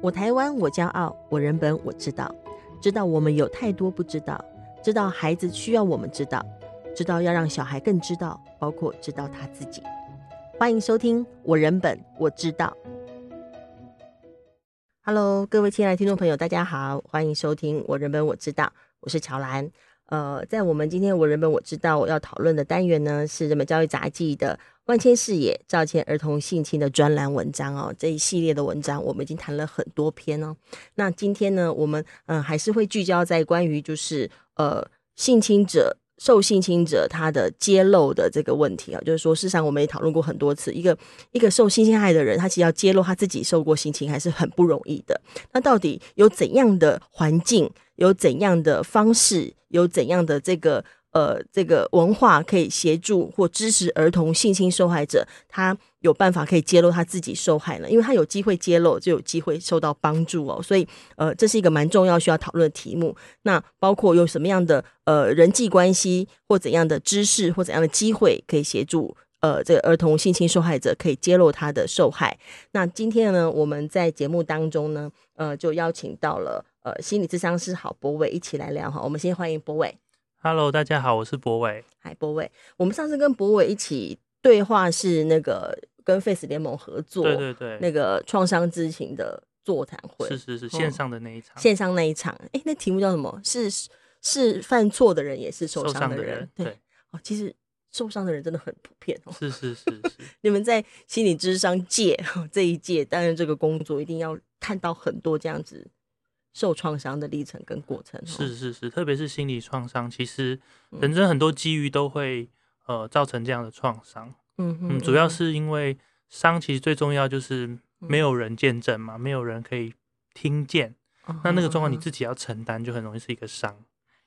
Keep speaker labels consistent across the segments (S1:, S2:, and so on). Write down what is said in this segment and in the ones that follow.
S1: 我台湾，我骄傲；我人本，我知道。知道我们有太多不知道，知道孩子需要我们知道，知道要让小孩更知道，包括知道他自己。欢迎收听《我人本我知道》。Hello，各位亲爱的听众朋友，大家好，欢迎收听《我人本我知道》，我是乔兰。呃，在我们今天《我人本我知道》要讨论的单元呢，是《人本教育杂记》的万千视野赵倩儿童性侵的专栏文章哦，这一系列的文章我们已经谈了很多篇哦。那今天呢，我们嗯、呃还是会聚焦在关于就是呃性侵者。受性侵者他的揭露的这个问题啊，就是说，事实上我们也讨论过很多次，一个一个受性侵害的人，他其实要揭露他自己受过性侵还是很不容易的。那到底有怎样的环境，有怎样的方式，有怎样的这个呃这个文化可以协助或支持儿童性侵受害者，他有办法可以揭露他自己受害呢？因为他有机会揭露，就有机会受到帮助哦。所以呃，这是一个蛮重要需要讨论的题目。那包括有什么样的呃人际关系或怎样的知识或怎样的机会可以协助。呃，这个儿童性侵受害者可以揭露他的受害，那今天呢，我们在节目当中呢，呃，就邀请到了呃心理咨商师郝博伟一起来聊哈。我们先欢迎博伟，
S2: Hello，大家好，我是博伟。
S1: 嗨，博伟。我们上次跟博伟一起对话是那个跟 Face 联盟合作
S2: 对对对，
S1: 那个创伤知情的座谈会，
S2: 是是是线
S1: 嗯
S2: 上的那一场，
S1: 线上那一场。哎，那题目叫什么？是是犯错的人也是受
S2: 受
S1: 伤
S2: 伤
S1: 的
S2: 的
S1: 人。
S2: 人，对，
S1: 哦，其实受伤的人真的很普遍哦。
S2: 是是是是，
S1: 你们在心理智商界这一届担任这个工作，一定要看到很多这样子受创伤的历程跟过程、哦。
S2: 是，是是，特别是心理创伤，其实
S1: 嗯
S2: 人生很多机遇都会呃造成这样的创伤。
S1: 嗯哼
S2: 嗯，主要是因为伤，其实最重要就是没有人见证嘛，没有人可以听见，那那个状况你
S1: 哦
S2: 自己要承担，就很容易是一个伤，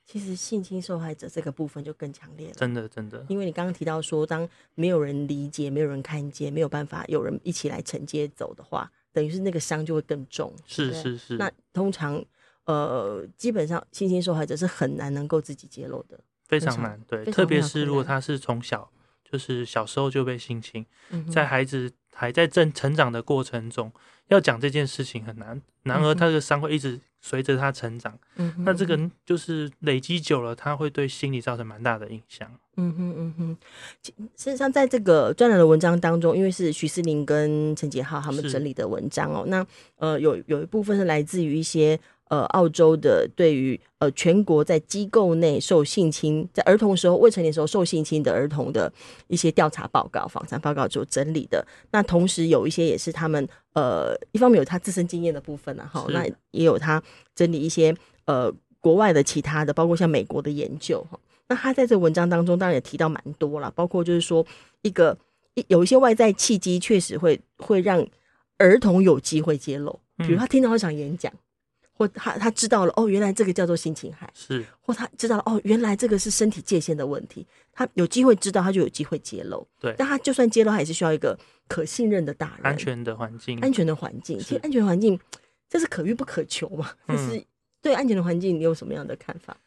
S1: 其实性侵受害者这个部分就更强烈了。
S2: 真的真的，
S1: 因为你刚刚提到说，当没有人理解、没有人看见、没有办法有人一起来承接走的话，等于是那个伤就会更重。
S2: 是
S1: 对
S2: 是是，
S1: 那通常，呃，基本上性侵受害者是很难能够自己揭露的。
S2: 非
S1: 非
S2: 常
S1: 常
S2: 难，对，
S1: 非
S2: 特
S1: 常
S2: 别
S1: 非常
S2: 是
S1: 困
S2: 如果
S1: 难
S2: 他是从小就是小时候就被性侵。
S1: 嗯哼
S2: 在孩子还在正成长的过程中，要讲这件事情很难。然而，
S1: 嗯哼
S2: 他的伤会一直随着他成长，
S1: 嗯哼
S2: 那这
S1: 嗯哼
S2: 个就是累积久了，他会对心理造成蛮大的影响。
S1: 嗯哼嗯哼，其事实上，在这个专栏的文章当中，因为是徐思宁跟陈杰浩他们
S2: 是
S1: 整理的文章哦，那呃有有一部分是来自于一些呃澳洲的对于呃全国在机构内受性侵，在儿童时候未成年时候受性侵的儿童的一些调查报告、访谈报告所整理的。那同时有一些也是他们呃一方面有他自身经验的部分啊，哈，
S2: 是
S1: 那也有他整理一些呃国外的其他的，包括像美国的研究哈。那他在这文章当中当然也提到蛮多了，包括就是说一个一有一些外在契机确实会会让儿童有机会揭露，比如
S2: 嗯
S1: 他听到一场演讲，或他他知道了哦，原来这个叫做性侵害，
S2: 是
S1: 或他知道了哦，原来这个是身体界限的问题，他有机会知道，他就有机会揭露。
S2: 对
S1: 但他就算揭露，他也是需要一个可信任的大人，
S2: 安全的环境，
S1: 安全的环境。
S2: 是
S1: 其实安全环境这是可遇不可求嘛，但
S2: 嗯
S1: 是、对安全的环境，你有什么样的看法？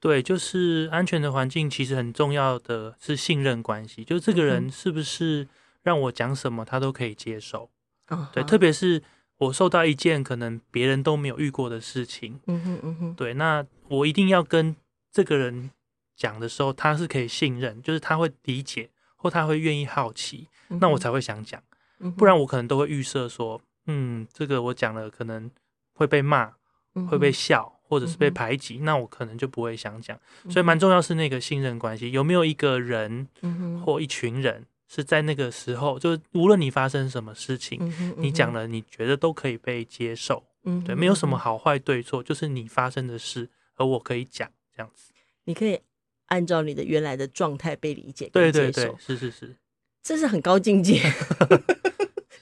S2: 对，就是安全的环境，其实很重要的是信任关系，就是这个
S1: 嗯
S2: 人是不是让我讲什么他都可以接受。
S1: 啊，
S2: 对，
S1: 好
S2: 特，别是我受到一件可能别人都没有遇过的事情。
S1: 嗯哼嗯哼，
S2: 对，那我一定要跟这个人讲的时候，他是可以信任，就是他会理解或他会愿意好奇，
S1: 嗯哼
S2: 那我，才会想讲。
S1: 嗯哼
S2: 不然我可能都会预设说，嗯，这个我讲了可能会被骂，
S1: 嗯
S2: 会被，笑，或者是被
S1: 嗯哼
S2: 排挤，那我可能就不会想讲。
S1: 嗯哼
S2: 所以蛮，重要是那个信任关系，有没有一个人
S1: 嗯哼，
S2: 或一群人是在那个时候，就是无论你发生什么事情，
S1: 嗯哼
S2: 你讲，了，你觉得都可以被接受。
S1: 嗯哼
S2: 对，没有什么，
S1: 嗯哼
S2: 好坏对错，就是你发生的事，而我可以讲这样子。
S1: 你可以按照你的原来的状态被理解，
S2: 对对对，，是是是，
S1: 这是很高境 界。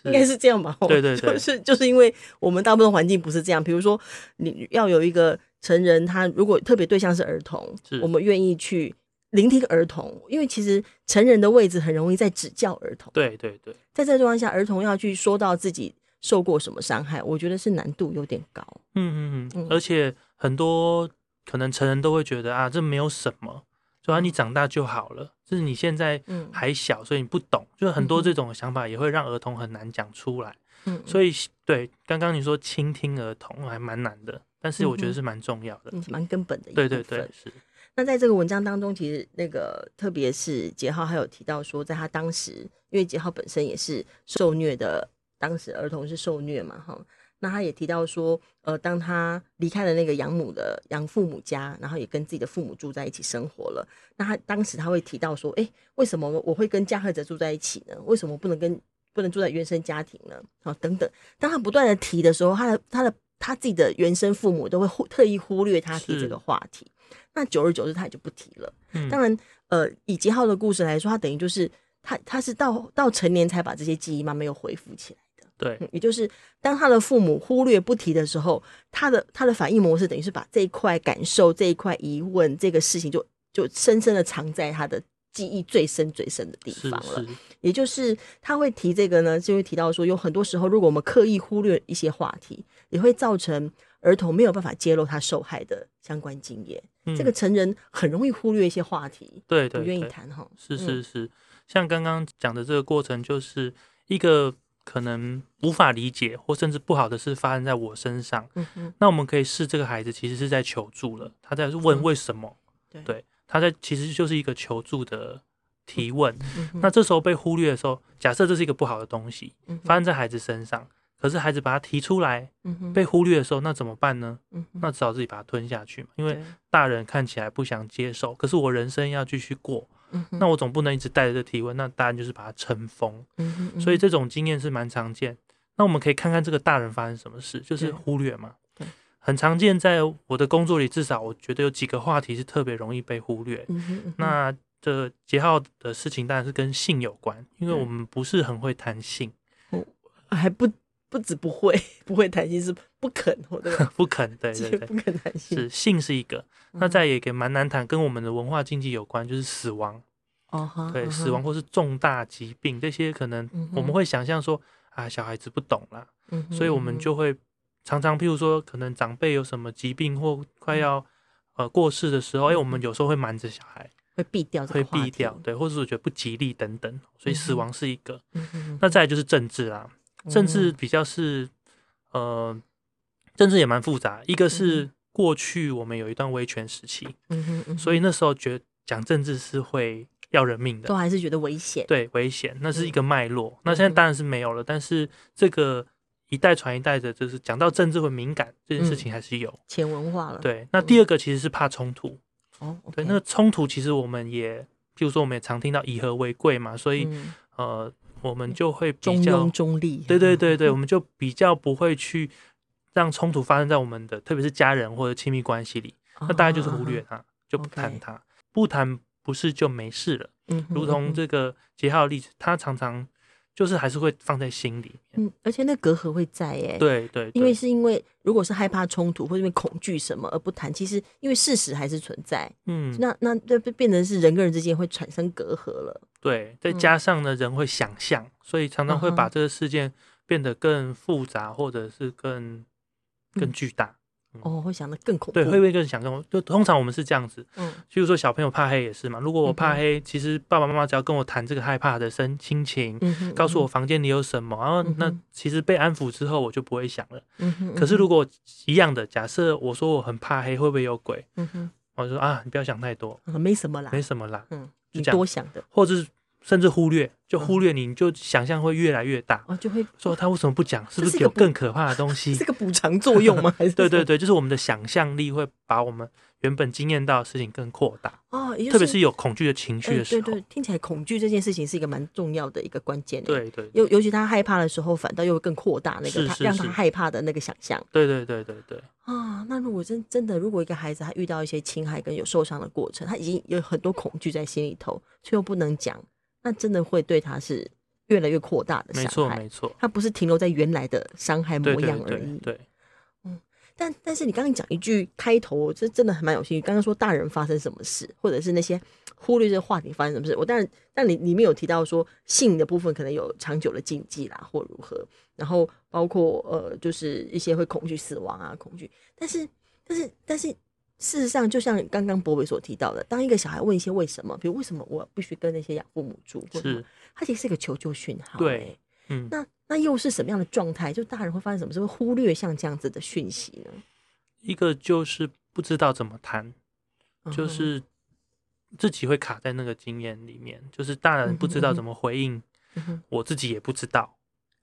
S1: 应该是这样吧？哦
S2: 对对对
S1: 就是就是因为我们大部分环境不是这样，比如说你要有一个成人，他如果特别对象是儿童
S2: 是，
S1: 我们愿意去聆听儿童，因为其实成人的位置很容易在指教儿童，
S2: 对对对，
S1: 在这个状况下，儿童要去说到自己受过什么伤害，我觉得是难度有点高。
S2: 嗯嗯
S1: 嗯
S2: 嗯，而且很多可能成人都会觉得啊，这没有什么，就啊你长大就好了，就是你现在
S1: 嗯
S2: 还小，所以你不懂，就是很多
S1: 嗯哼
S2: 这种想法也会让儿童很难讲出来。
S1: 嗯，
S2: 所以对，刚刚你说倾听儿童还蛮难的，但是我觉得是蛮重要的。
S1: 嗯蛮根本的一
S2: 对对
S1: 部分
S2: 对，是
S1: 那在这个文章当中，其实那个特别是杰浩还有提到说，在他当时，因为杰浩本身也是受虐的，当时儿童是受虐嘛，哈。那他也提到说，呃，当他离开了那个养母的养父母家，然后也跟自己的父母住在一起生活了。那他当时他会提到说，诶，为什么我会跟加害者住在一起呢？为什么不能跟不能住在原生家庭呢？好、等等。当他不断的提的时候，他的他的他自己的原生父母都会忽特意忽略他提这
S2: 是
S1: 个话题。那久而久之，他也就不提了。
S2: 嗯
S1: 当然，呃，以杰浩的故事来说，他等于就是他他是到到成年才把这些记忆慢慢又恢复起来的。
S2: 对
S1: 嗯，也就是当他的父母忽略不提的时候，他的他的反应模式等于是把这一块感受、这一块疑问、这个事情就就深深的藏在他的记忆最深最深的地
S2: 是
S1: 方了。
S2: 是
S1: 也就是他会提这个呢，就会提到说，有很多时候，如果我们刻意忽略一些话题，也会造成儿童没有办法揭露他受害的相关经验。
S2: 嗯
S1: 这个成人很容易忽略一些话题，
S2: 对
S1: 不
S2: 对
S1: 愿意
S2: 对，
S1: 谈哈。
S2: 是
S1: 嗯
S2: 是是，像刚刚讲的这个过程，就是一个可能无法理解或甚至不好的事发生在我身上，
S1: 嗯哼，
S2: 那我们可以视这个孩子其实是在求助了，他在问
S1: 嗯
S2: 为什么，
S1: 对
S2: 对，他在其实就是一个求助的提问。
S1: 嗯哼
S2: 那这时候被忽略的时候，假设这是一个不好的东西
S1: 嗯哼
S2: 发生在孩子身上，可是孩子把它提出来
S1: 嗯哼
S2: 被忽略的时候，那怎么办呢？
S1: 嗯哼
S2: 那只好自己把它吞下去嘛，因为
S1: 对嗯
S2: 大人看起来不想接受，可是我人生要继续过，
S1: 嗯哼
S2: 那我总不能一直带着这提问，那答案就是把它尘封。
S1: 嗯哼嗯
S2: 所以
S1: 哼
S2: 这种经验是蛮常见。那我们可以看看这个大人发生什么事，就是
S1: 对
S2: 忽略嘛
S1: 对，
S2: 很常见。在我的工作里，至少我觉得有几个话题是特别容易被忽略。
S1: 嗯哼嗯哼
S2: 那这杰浩的事情当然是跟性有关，因为
S1: 对
S2: 我们不是很会谈性，
S1: 还不不止不会 不会谈心，是不肯，哦对吧？
S2: 不肯， 对
S1: 直
S2: 对
S1: 接
S2: 对
S1: 不，肯谈心。
S2: 是性是一个。那
S1: 嗯
S2: 再也给蛮难谈，跟我们的文化禁忌有关，就是死亡，
S1: 哦哈，
S2: 对
S1: 嗯
S2: 死亡
S1: 哼，
S2: 或是重大疾病这些，可能
S1: 嗯
S2: 我们
S1: 哼
S2: 会想象说啊，小孩子不懂啦，
S1: 嗯哼
S2: 所以我
S1: 嗯
S2: 们
S1: 哼
S2: 就会常常，譬如说，可能长辈有什么疾病或
S1: 嗯
S2: 快要呃过世的时候，哎、我们有时候会瞒着小孩，
S1: 会避掉嗯这
S2: 会
S1: 个话题，
S2: 避掉，对，或者是我觉得不吉利等等，所以死
S1: 嗯哼
S2: 亡是一个。
S1: 嗯哼嗯哼
S2: 那再来就是政治啦，政
S1: 嗯
S2: 治比较是呃，政治也蛮复杂，一个
S1: 嗯
S2: 是过去我们有一段威权时期，
S1: 嗯哼嗯哼
S2: 所以那时候觉得讲政治是会要人命的
S1: 都，还是觉得危险。
S2: 对，危险，那是一
S1: 嗯
S2: 个脉络。那现在
S1: 嗯哼
S2: 当然是没有了，但是这个一代传一代的，就是讲到政治会敏感这件事
S1: 嗯
S2: 情还是有。
S1: 前文化了。
S2: 对，那第二个其实是怕冲突。
S1: 哦，
S2: 对，那个冲突其实我们也，譬如说我们也常听到以和为贵嘛，所以、
S1: 嗯
S2: 呃，我们就会比
S1: 中庸嗯
S2: 较，
S1: 中立，
S2: 对对对对，我们就比较不会去让冲突发生在我们的，特别是家人或者亲密关系里。
S1: 啊，
S2: 那大家就是忽略它，就不
S1: OK
S2: 谈它，不谈不是就没事了。
S1: 嗯哼，
S2: 如同这个杰浩的例子，他常常就是还是会放在心里面。
S1: 嗯，而且那隔阂会在耶。。
S2: 对对，对
S1: 因为是因为，如果是害怕冲突或者因为恐惧什么而不谈，其实因为事实还是存在，
S2: 嗯，
S1: 那那这变成是人跟人之间会产生隔阂了。
S2: 对，再加上呢，人会想象，所以常常会
S1: 嗯
S2: 把
S1: 哼
S2: 这个事件变得更复杂，或者是更更
S1: 嗯
S2: 巨大。
S1: 哦，会想的更恐怖。
S2: 对，会不会更想象？就通常我们是这样子，
S1: 嗯
S2: 譬如说小朋友怕黑也是嘛。如果我
S1: 嗯
S2: 怕
S1: 哼
S2: 黑，其实爸爸妈妈只要跟我谈这个害怕的身心情，
S1: 嗯哼，
S2: 告诉我房间里有什么，然后
S1: 嗯
S2: 那
S1: 哼
S2: 其实被安抚之后，我就不会想了。
S1: 嗯哼，嗯哼，
S2: 可是如果一样的，假设我说我很怕黑，会不会有鬼？
S1: 嗯哼
S2: 我就说啊，你不要想太多，
S1: 啊没什么啦
S2: 没，什么啦，
S1: 嗯，
S2: 就
S1: 你
S2: 这样
S1: 多想的
S2: 或者是甚至忽略，就忽
S1: 嗯
S2: 略你，你就想象会越来越大。
S1: 哦，就会
S2: 说他为什么不讲？是
S1: 这
S2: 不
S1: 是
S2: 是
S1: 一个
S2: 有
S1: 不
S2: 更可怕的东 西
S1: 是？个补偿作用 吗？还是
S2: 嗯对对对，就是我们的想象力会把我们原本经验到的事情更扩大，
S1: 哦，也就
S2: 特别是有恐惧的情绪
S1: 哎
S2: 的时
S1: 对
S2: 候
S1: 对。，听起来恐惧这件事情是一个蛮重要的一个关键。，欸
S2: 对对
S1: 尤尤其他害怕的时候，反倒又会更扩大那个
S2: 是
S1: 他
S2: 是
S1: 让他
S2: 是
S1: 害怕的那个想象
S2: 对对对对对，
S1: 啊。那如果真真的，如果一个孩子他遇到一些侵害跟有受伤的过程，他已经有很多恐惧在心里头，却又不能讲，那真的会对他是越来越扩大的
S2: 没
S1: 伤
S2: 错
S1: 害。
S2: 没错，
S1: 他不是停留在原来的伤害
S2: 对
S1: 模
S2: 对
S1: 样而
S2: 对
S1: 已。
S2: 对，
S1: 但但是你刚刚讲一句开头，我这真的还蛮有兴趣。刚刚说大人发生什么事，或者是那些忽略这个话题发生什么事，我当然，但你里面有提到说性的部分可能有长久的禁忌啦，或如何，然后包括呃，就是一些会恐惧死亡啊，恐惧。但是但是但是，事实上，就像刚刚博伟所提到的，当一个小孩问一些为什么，比如为什么我必须跟那些养父母住，或什么
S2: 是，
S1: 他其实是一个求救讯号、
S2: 对
S1: 欸
S2: 嗯，
S1: 那那又是什么样的状态？就大人会发生什么事，会忽略像这样子的讯息呢？
S2: 一个就是不知道怎么谈，就
S1: 嗯哼
S2: 是自己会卡在那个经验里面，就是大人不知道怎么回应，
S1: 嗯哼
S2: 我自己也不知道。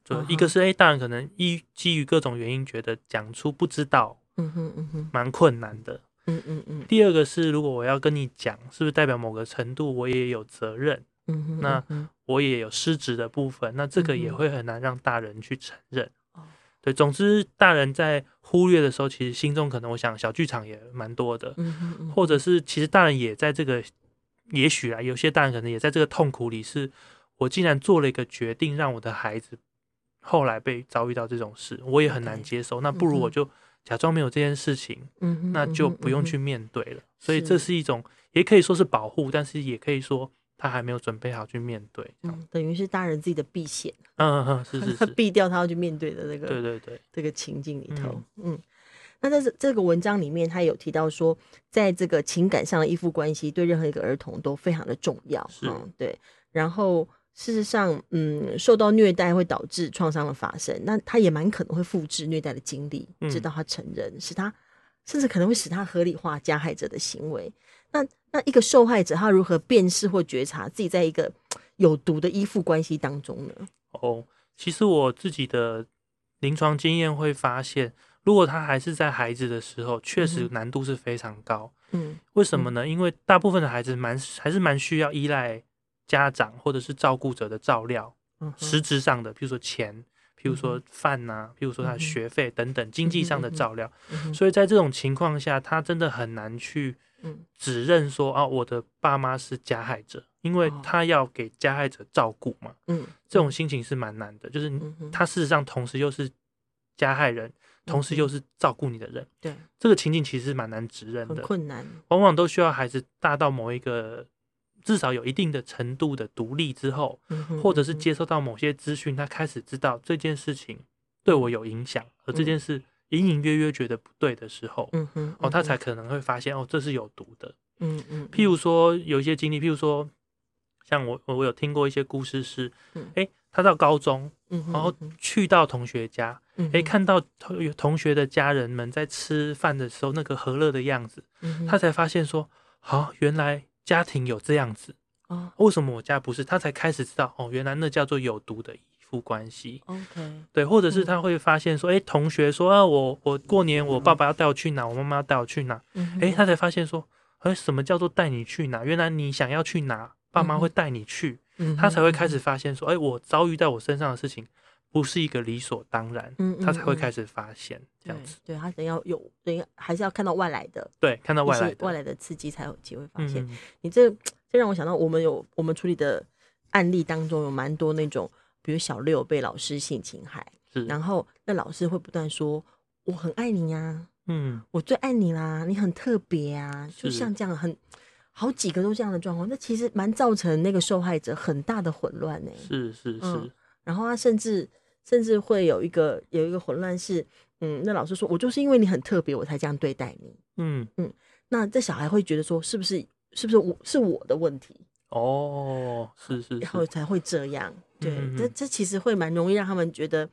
S2: 就
S1: 嗯哼
S2: 一个是，哎，大人可能依基于各种原因，觉得讲出不知道
S1: 嗯哼嗯哼
S2: 蛮困难的。
S1: 嗯嗯嗯
S2: 第二个是，如果我要跟你讲，是不是代表某个程度我也有责任，
S1: 嗯哼，
S2: 那
S1: 嗯哼
S2: 我也有失职的部分？那这个也
S1: 嗯哼
S2: 会很难让大人去承认
S1: 哦。
S2: 对，总之，大人在忽略的时候，其实心中可能我想小剧场也蛮多的，
S1: 嗯哼嗯哼
S2: 或者是其实大人也在这个，也许啊，有些大人可能也在这个痛苦里是，我竟然做了一个决定，让我的孩子后来被遭遇到这种事，我也很难
S1: OK，
S2: 接受。那不如
S1: 嗯哼
S2: 我就假装没有这件事情，
S1: 嗯哼
S2: 那就
S1: 嗯哼
S2: 不用
S1: 嗯哼
S2: 去面对了。所以
S1: 是
S2: 这是一种，也可以说是保护，但是也可以说他还没有准备好去面对。这样
S1: 嗯，等于是大人自己的避险，
S2: 嗯嗯嗯，是是
S1: 他
S2: 是，
S1: 避掉他要去面对的那个
S2: 对对对，
S1: 这个情境里头。嗯那在这这个文章里面，他有提到说，在这个情感上的依附关系对任何一个儿童都非常的重要。
S2: 是
S1: 嗯，对。然后事实上，嗯，受到虐待会导致创伤的发生，那他也蛮可能会复制虐待的经历，
S2: 嗯
S1: 直到他成人，使他甚至可能会使他合理化加害者的行为。那那一个受害者，他如何辨识或觉察自己在一个有毒的依附关系当中呢？
S2: 哦，其实我自己的临床经验会发现，如果他还是在孩子的时候，确实
S1: 嗯
S2: 难度是非常高。
S1: 嗯
S2: 为什么呢？因为大部分的孩子蛮还是蛮需要依赖家长或者是照顾者的照料，
S1: 嗯哼，
S2: 实质上的，譬如说钱，譬如说饭呐、譬如说他
S1: 嗯
S2: 的
S1: 哼
S2: 学费等等经济上的
S1: 嗯哼嗯哼
S2: 照料。
S1: 嗯哼
S2: 所以在这种情况下，他真的很难去
S1: 嗯
S2: 指认说啊，我的爸妈是加害者，因为
S1: 哦
S2: 他要给加害者照顾嘛。
S1: 嗯，
S2: 这种心情是蛮难的，就是你
S1: 嗯哼
S2: 他事实上同时又是加害人，同时
S1: 嗯
S2: 又是照顾你的人，
S1: 对，
S2: 这个情境其实是蛮难指认
S1: 很
S2: 的，
S1: 困难。
S2: 往往都需要孩子大到某一个至少有一定的程度的独立之后，
S1: 嗯哼
S2: 或者是
S1: 嗯哼
S2: 接受到某些资讯，他开始知道这件事情对我有影响，而这件事隐隐约约觉得不对的时候，
S1: 嗯哼，
S2: 哦，
S1: 嗯
S2: 他
S1: 哼
S2: 才可能会发现哦，这是有毒的。
S1: 嗯嗯，
S2: 譬如说有一些经历，譬如说像我我我有听过一些故事是
S1: 嗯，
S2: 哎、他到高中。
S1: 嗯哼，
S2: 然后去到同学家，
S1: 嗯
S2: 哦诶，
S1: 哼，
S2: 看到同有同学的家人们在吃饭的时候那个和乐的样子，
S1: 嗯
S2: 他
S1: 哼
S2: 才发现说，好、原来家庭有这样子，
S1: 哦
S2: 为什么我家不是？他才开始知道，哦，原来那叫做有毒的依附关系。
S1: ，OK，
S2: 对，或者是
S1: 嗯
S2: 他会发现说，诶，同学说啊，我我过年我爸爸要带我去哪，我妈妈要带我去哪，
S1: 嗯
S2: 诶，
S1: 哼
S2: 他才发现说，哎，什么叫做带你去哪？原来你想要去哪，爸妈会带你去，
S1: 嗯
S2: 他才会
S1: 哼
S2: 开始发现说，哎，我遭遇在我身上的事情不是一个理所当然，
S1: 嗯
S2: 他才会开
S1: 始
S2: 始发现这样子。，
S1: 对对他等要有等于还是要看到外来的
S2: 对，看到
S1: 一
S2: 外
S1: 些
S2: 来的，
S1: 外来的刺激才有机会发
S2: 嗯
S1: 现。
S2: 嗯
S1: 你这这让我想到，我们有我们处理的案例当中有蛮多那种，比如小六被老师性侵害，
S2: 是，
S1: 然后那老师会不断说我很爱你啊呀、
S2: 嗯
S1: 我最爱你啦，你很特别啊，就是像这样很好几个都这样的状况，那其实蛮造成那个受害者很大的混乱呢、
S2: 是是
S1: 嗯
S2: 是，
S1: 然后他甚至甚至会有一个有一个混乱是，嗯，那老师说我就是因为你很特别，我才这样对待你。
S2: 嗯
S1: 那这小孩会觉得说，是不是是不是我是我的问题，
S2: 哦，是是
S1: 然后
S2: 是，
S1: 才会这样？对，
S2: 嗯嗯嗯
S1: 这这其实会蛮容易让他们觉得，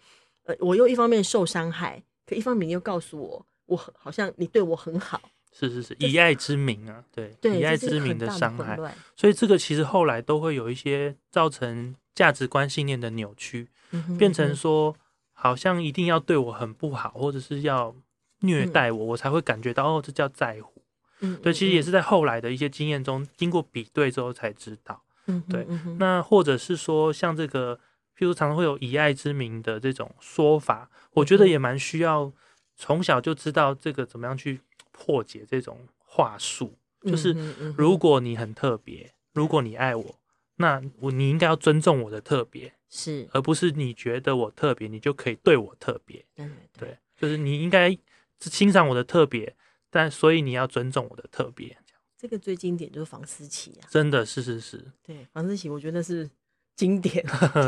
S1: 呃，我又一方面受伤害，可一方面你又告诉我，我很好像你对我很好。
S2: 是是是，以爱之名啊，对，
S1: 对，
S2: 以
S1: 这
S2: 爱
S1: 是一
S2: 之
S1: 个
S2: 名
S1: 很大
S2: 伤
S1: 混
S2: 害，
S1: 乱。
S2: 所以这个其实后来都会有一些造成价值观信念的扭曲，
S1: 嗯哼
S2: 变
S1: 嗯
S2: 成
S1: 哼
S2: 说好像一定要对我很不好，或者是要虐待我，我才会感觉到哦，这叫在乎。
S1: 嗯
S2: 对，其实也是在后来的一些经验中，经过比对之后才知道。
S1: 嗯哼
S2: 对
S1: 嗯哼
S2: 那或者是说，像这个，譬如常常会有以爱之名的这种说法，我觉得
S1: 嗯哼
S2: 也蛮需要从小就知道这个怎么样去破解这种话术。就是
S1: 嗯哼嗯哼
S2: 如果你很特别，如果你爱我，那我你应该要尊重我的特别，
S1: 是
S2: 而不是你觉得我特别，你就可以对我特别。
S1: 对对
S2: 对，就是你应该欣赏我的特别，但所以你要尊重我的特别。这样
S1: 这个最经典就是房思琪啊，
S2: 真的是是是，
S1: 对，房思琪我觉得是经典。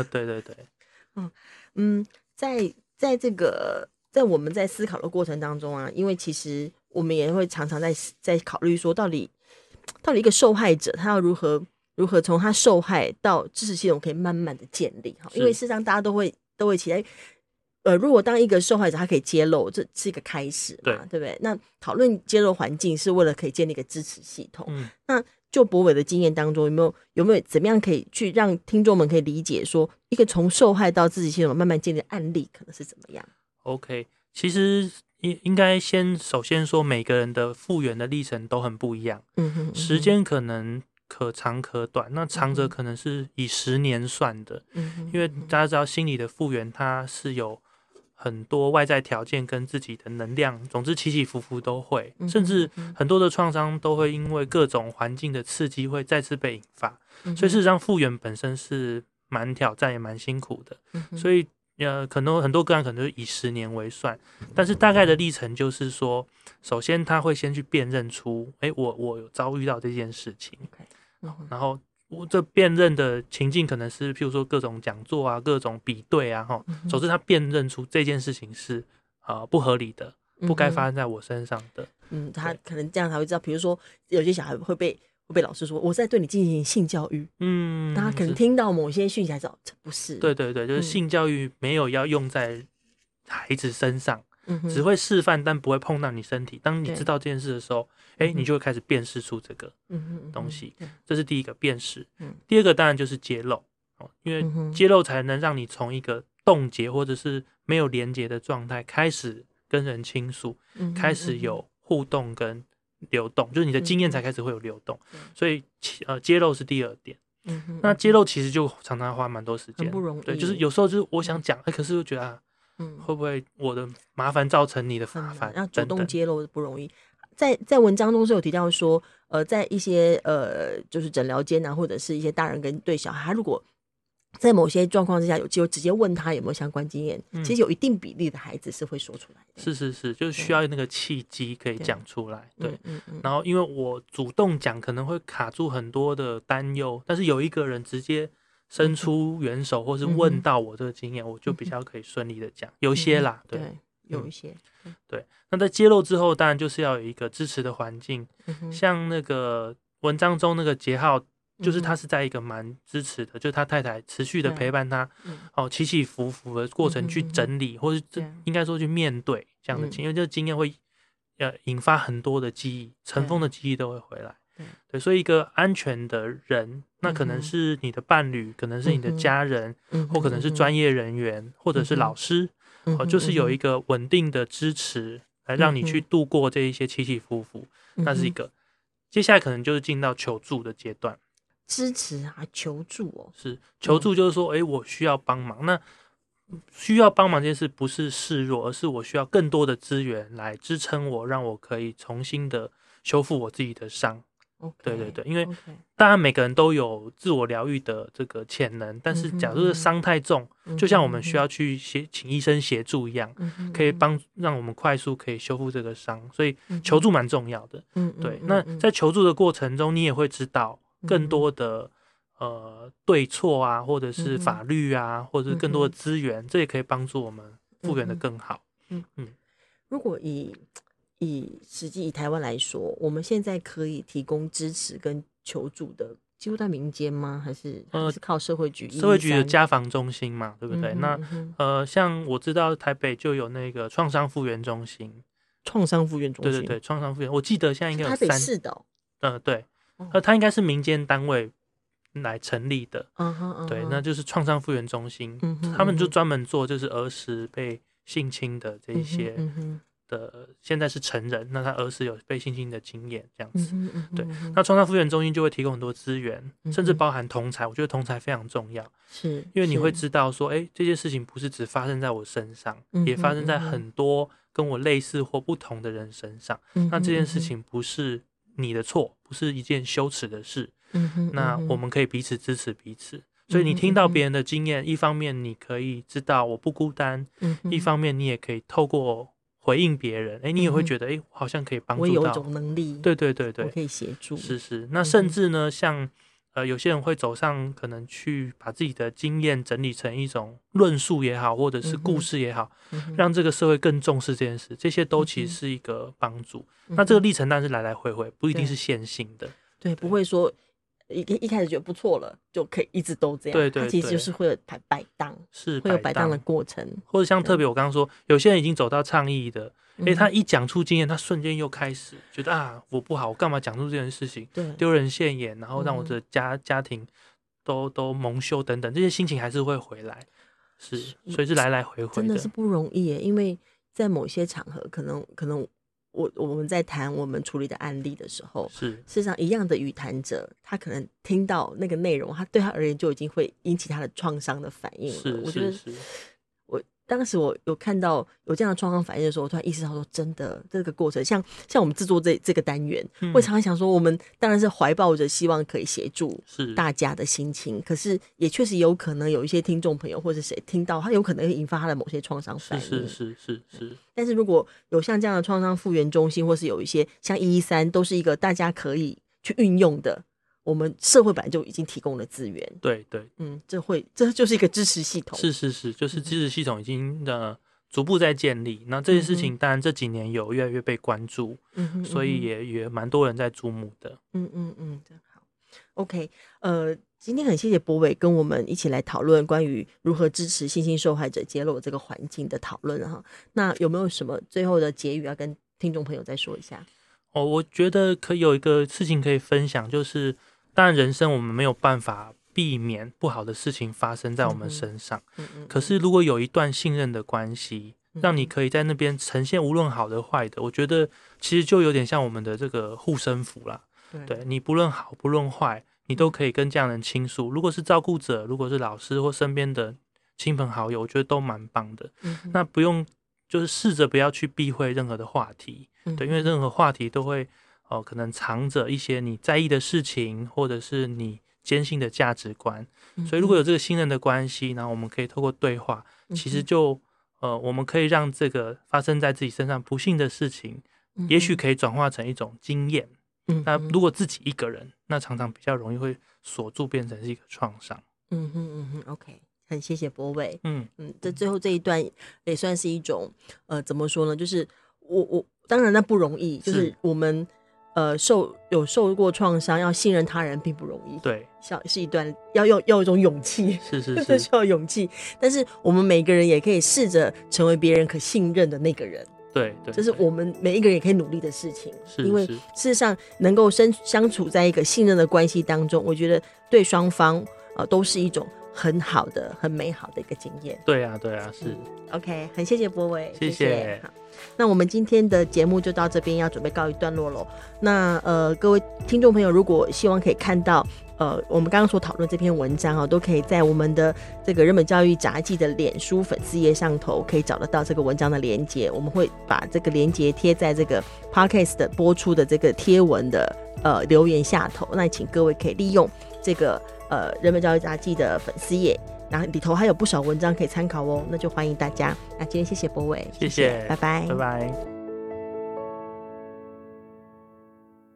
S2: 对对对，
S1: 嗯，在在这个在我们在思考的过程当中啊，因为其实我们也会常常在思在考虑说，到底到底一个受害者他要如何如何从他受害到支持系统可以慢慢的建立哈，因为事
S2: 是
S1: 实上大家都会都会期待。呃，如果当一个受害者，他可以揭露，这是一个开始嘛，
S2: 对
S1: 对不对？那讨论揭露环境是为了可以建立一个支持系统。
S2: 嗯
S1: 那就博伟的经验当中，有没有有没有怎么样可以去让听众们可以理解说，一个从受害到自己系统慢慢建立的案例，可能是怎么样？
S2: ，OK，其实应应该先首先说每个人的复原的历程都很不一样，
S1: 嗯哼，嗯哼
S2: 时，间可能可长可短，那长
S1: 嗯
S2: 则
S1: 哼
S2: 可能是以十年算的，
S1: 嗯哼
S2: 因为大家知道心理的复原它是有很多外在条件跟自己的能量，总之起起伏伏都会
S1: 嗯，哼
S2: 甚至
S1: 嗯哼
S2: 很多的创伤都会因为各种环境的刺激会再次被引发，
S1: 嗯哼
S2: 所以事实上复原本身是蛮挑战也蛮辛苦的，
S1: 嗯哼
S2: 所以呃，可能很多个案可能就是以十年为算，但是大概的历程就是说，首先他会先去辨认出，诶，我我有遭遇到这件事情，
S1: 嗯哼
S2: 然后我这辨认的情境可能是，譬如说各种讲座啊、各种比对啊，哈，
S1: 嗯哼
S2: 总之他辨认出这件事情是呃不合理的，不该发生在我身上的。
S1: 嗯，他
S2: 对
S1: 可能这样才会知道。比如说，有些小孩会被会被老师说我在对你进行性教育，
S2: 嗯，
S1: 大家可能
S2: 是
S1: 听到某些讯息才知道这不是。
S2: 对，对对，就是
S1: 嗯
S2: 性教育没有要用在孩子身上，
S1: 嗯哼
S2: 只会示范，但不会碰到你身体。当你
S1: 对
S2: 知道这件事的时候，哎，
S1: 嗯哼
S2: 你就会开始辨识出这个，
S1: 嗯哼嗯哼
S2: 东西
S1: 对
S2: 这是第一个辨识
S1: 嗯。
S2: 第二个当然就是揭露哦，因为
S1: 嗯哼
S2: 揭露才能让你从一个冻结或者是没有连接的状态开始跟人倾诉，
S1: 嗯哼
S2: 开始有互动跟流动，就是你的经验才开始会有流动
S1: 嗯。
S2: 所以其呃，揭露是第二点。
S1: 嗯哼
S2: 那揭露其实就常常花蛮多时间，
S1: 很不容易
S2: 对，就是有时候就是我想讲，哎，可是又觉得啊，
S1: 嗯
S2: 会不会我的麻烦造成你的
S1: 很
S2: 麻
S1: 难
S2: 烦？
S1: 嗯要主
S2: 等
S1: 动
S2: 等
S1: 揭露不容易。在在文章中是有提到说，呃，在一些呃就是诊疗间啊，或者是一些大人跟对小孩，他如果在某些状况之下有就直接问他有没有相关经验，
S2: 嗯
S1: 其实有一定比例的孩子是会说出来的。
S2: 是是是，就是需要那个契机可以讲出来，
S1: 嗯，
S2: 对。
S1: 嗯嗯嗯，
S2: 然后因为我主动讲可能会卡住很多的担忧，但是有一个人直接伸出援手，或是
S1: 嗯哼嗯
S2: 问到我这个经验，我就比较可以顺利的讲，有些啦，对。嗯
S1: 对，有一些，
S2: 那在揭露之后，当然就是要有一个支持的环境，
S1: 嗯哼
S2: 像那个文章中那个杰浩，就是
S1: 嗯哼
S2: 他是在一个蛮支持的，就是他太太持续的
S1: 对
S2: 陪伴他
S1: 嗯，
S2: 哦，起起伏伏的过
S1: 嗯
S2: 程
S1: 哼
S2: 去
S1: 嗯哼
S2: 整理，或是这
S1: 对嗯
S2: 应该说去面对这样的经，因为这个经验会呃引发很多的记忆，尘封的记忆都会回来
S1: 对。
S2: 对，所以一个安全的人，那可
S1: 嗯
S2: 能
S1: 哼
S2: 是你的伴侣，可能是你的
S1: 嗯哼
S2: 家人，
S1: 嗯哼
S2: 或可能是专业人员，或者是
S1: 嗯哼
S2: 老师，
S1: 嗯
S2: 哦，
S1: 哼
S2: 就是有一
S1: 嗯
S2: 个稳定的支持，来让你去
S1: 嗯
S2: 度过这一些起起伏伏，
S1: 哼
S2: 那是一
S1: 嗯哼
S2: 个。接下来可能就是进到求助的阶段，
S1: 支持啊，求助哦，
S2: 是求助，就是说，诶，我需要帮忙。那需要帮忙这件事不是示弱，而是我需要更多的资源来支撑我，让我可以重新的修复我自己的伤。
S1: OK，
S2: 对对对因为
S1: OK，
S2: 当然，每个人都有自我疗愈的这个潜能，但是
S1: 嗯哼
S2: 假
S1: 嗯
S2: 如
S1: 哼
S2: 是伤太重，
S1: 嗯
S2: 就像我
S1: 哼
S2: 们需，要去协请医生协助一样，
S1: 嗯哼
S2: 可以，帮让我们快速可以修复这个伤，所以
S1: 嗯哼
S2: 求，助蛮重要的。
S1: 嗯哼
S2: 对，
S1: 嗯
S2: 那
S1: 嗯
S2: 在求助的过程中，你也会知道更多的呃对错啊，或者
S1: 嗯哼
S2: 是
S1: 嗯
S2: 法律啊，或者是更多的资源，这也可以帮助我们复原
S1: 嗯
S2: 的
S1: 哼
S2: 更好。
S1: 如果以以实际以台湾来说，我们现在可以提供支持跟求助的，几乎在民间吗？还是
S2: 呃
S1: 还是靠社会局？
S2: 社会局的家防中心嘛，对不对？
S1: 嗯
S2: 那
S1: 那
S2: 呃，像我知道台北就有那个创伤复原中心，
S1: 创伤复原中
S2: 对
S1: 心，
S2: 对对，创伤复原，我记得现在应
S1: 是
S2: 该有
S1: 台北
S2: 三，
S1: 市的哦，
S2: 呃，对
S1: 哦，
S2: 呃，它应该是民间单位来成立的，
S1: 嗯哼，嗯
S2: 对，
S1: 哼
S2: 那就是创伤复原中心，
S1: 嗯哼
S2: 他们
S1: 嗯
S2: 就
S1: 哼
S2: 专门做就是儿时被性侵的这
S1: 嗯
S2: 一
S1: 哼
S2: 些
S1: 嗯哼
S2: 的，现在是成人，那他儿时有被性侵的经验这样
S1: 嗯
S2: 子。
S1: 哼嗯哼，
S2: 对
S1: 嗯哼，
S2: 那创伤复原中心就会提供很多资源，甚
S1: 嗯
S2: 至
S1: 哼
S2: 包含同才，我觉得同才非常重要，
S1: 是
S2: 因为你会
S1: 是
S2: 知道说，哎，这些事情不是只发生在我身上
S1: 嗯，
S2: 也发
S1: 哼嗯
S2: 生在
S1: 哼
S2: 很多跟我类似或不同的人身上。
S1: 嗯
S2: 那
S1: 哼
S2: 这件
S1: 嗯
S2: 事
S1: 哼
S2: 情不是你的错，不是一件羞耻的事，
S1: 嗯哼，
S2: 那
S1: 嗯
S2: 我
S1: 哼
S2: 们可以彼此支持彼此。所以你
S1: 嗯哼
S2: 听到
S1: 嗯哼
S2: 别人的经验，一方面你可以知道我不孤单，
S1: 嗯哼
S2: 一方面你也可以透过回应别人，哎，你也
S1: 嗯
S2: 会
S1: 哼
S2: 觉得，哎，我好像可以帮
S1: 我也
S2: 助
S1: 有一
S2: 到。
S1: 种能力，
S2: 对对对
S1: 我
S2: 对，
S1: 可以协助，
S2: 是是。那
S1: 嗯
S2: 甚
S1: 哼
S2: 至呢，像呃，有些人会走上可能去把自己的经验整理成一种论述也好，或者是
S1: 嗯
S2: 故
S1: 哼
S2: 事也好，
S1: 嗯哼
S2: 让这个社会更重视这件事，这些都其
S1: 嗯
S2: 实是一个帮助。那这个历程当然是来来回回，不一定
S1: 对
S2: 是线性的。
S1: 对，不会说一一开始觉得不错了，就可以一直都这样。
S2: 对对
S1: 它其实
S2: 对
S1: 就是会有摆摆荡，
S2: 是
S1: 会有摆荡的过程。
S2: 或者像特别我刚刚说，有些人已经走到倡议的，诶，
S1: 嗯
S2: 他一讲出经验，他瞬间又开始觉得啊，我不好，我干嘛讲出这件事情，
S1: 对
S2: 丢人现眼，然后让我
S1: 嗯
S2: 的家、家庭都都蒙羞等等，这些心情还是会回来，是，所以是来来回回
S1: 真的是不容易耶，因为在某些场合，可能可能我我们在谈我们处理的案例的时候，
S2: 是
S1: 事实上一样的语谈者，他可能听到那个内容，他对他而言就已经会引起他的创伤的反应了。
S2: 是
S1: 我觉
S2: 是
S1: 得
S2: 是，
S1: 我当时我有看到有这样的创伤反应的时候，我突然意识到说，真的这个过程，像像我们制作这这个单元，
S2: 嗯
S1: 我常常想说，我们当然是怀抱着希望可以协助
S2: 是
S1: 大家的心情，可是也确实有可能有一些听众朋友或者谁听到，他有可能会引发他的某些创伤反
S2: 是
S1: 应。
S2: 是是是是，
S1: 但是如果有像这样的创伤复原中心，或是有一些像一一三，都是一个大家可以去运用的，我们社会本来就已经提供了资源，
S2: 对对，
S1: 嗯，这会这就是一个支持系统，
S2: 是是是，
S1: 嗯
S2: 就是支持系统已经呃逐步在建立，那这些事
S1: 嗯
S2: 情当然这几年有越来越被关注，
S1: 嗯哼，
S2: 所
S1: 嗯
S2: 以
S1: 哼
S2: 也也蛮多人在注目的，
S1: 嗯嗯嗯，真好。OK，呃，今天很谢谢博伟跟我们一起来讨论关于如何支持性侵受害者揭露这个环境的讨论哈。那有没有什么最后的结语要跟听众朋友再说一下？
S2: 哦，我觉得可以有一个事情可以分享，就是当然人生我们没有办法避免不好的事情发生在我
S1: 嗯
S2: 们
S1: 哼
S2: 身上，
S1: 嗯嗯，
S2: 可是如果有一段信任的关系，
S1: 嗯
S2: 让你可以在那边呈现无论好的坏的，我觉得其实就有点像我们的这个护身符啦。
S1: 对
S2: 对你不论好不论坏，
S1: 嗯
S2: 你都可以跟这样的人倾诉。如果是照顾者，如果是老师或身边的亲朋好友，我觉得都蛮棒的。
S1: 嗯
S2: 那不用就是试着不要去避讳任何的话题，
S1: 那
S2: 对，因为任何话题都会哦、呃可能藏着一些你在意的事情，或者是你坚信的价值观。
S1: 嗯
S2: 所以如果有这个信任的关系，然后我们可以透过对话，
S1: 嗯
S2: 其实就呃，我们可以让这个发生在自己身上不幸的事情，也许可以转化成一种经验。
S1: 嗯
S2: 那
S1: 哼
S2: 如果自己一个人，那常常比较容易会锁住，变成是一个创伤。
S1: 嗯哼嗯哼，OK，很谢谢博伟。
S2: 嗯，
S1: 嗯，这最后这一段也算是一种呃，怎么说呢？就是我我当然那不容易，就是
S2: 是
S1: 我们呃受有受过创伤，要信任他人并不容易，，
S2: 对，
S1: 像是一段要要要有一种勇气，
S2: 是是
S1: 真的需
S2: 是，
S1: 要勇气。但是我们每个人也可以试着成为别人可信任的那个人，
S2: 对对，
S1: 这是
S2: 对
S1: 我们每一个人也可以努力的事情。
S2: 是
S1: 因为
S2: 是
S1: 事实上能够生相处在一个信任的关系当中，我觉得对双方呃都是一种很好的、很美好的一个经验。
S2: 对啊对啊是。
S1: 嗯 OK，很谢谢波伟，
S2: 谢谢
S1: 好，那我们今天的节目就到这边，要准备告一段落喽。那呃，各位听众朋友，如果希望可以看到。呃，我们刚刚所讨论这篇文章啊，都可以在我们的这个人本教育杂技的脸书粉丝页上头可以找得到这个文章的连接。我们会把这个连接贴在这个 podcast 的播出的这个贴文的呃留言下头。那请各位可以利用这个呃人本教育杂技的粉丝页然后里头还有不少文章可以参考哦，那就欢迎大家。那今天谢谢博伟，
S2: 谢谢
S1: 拜拜，
S2: 拜拜。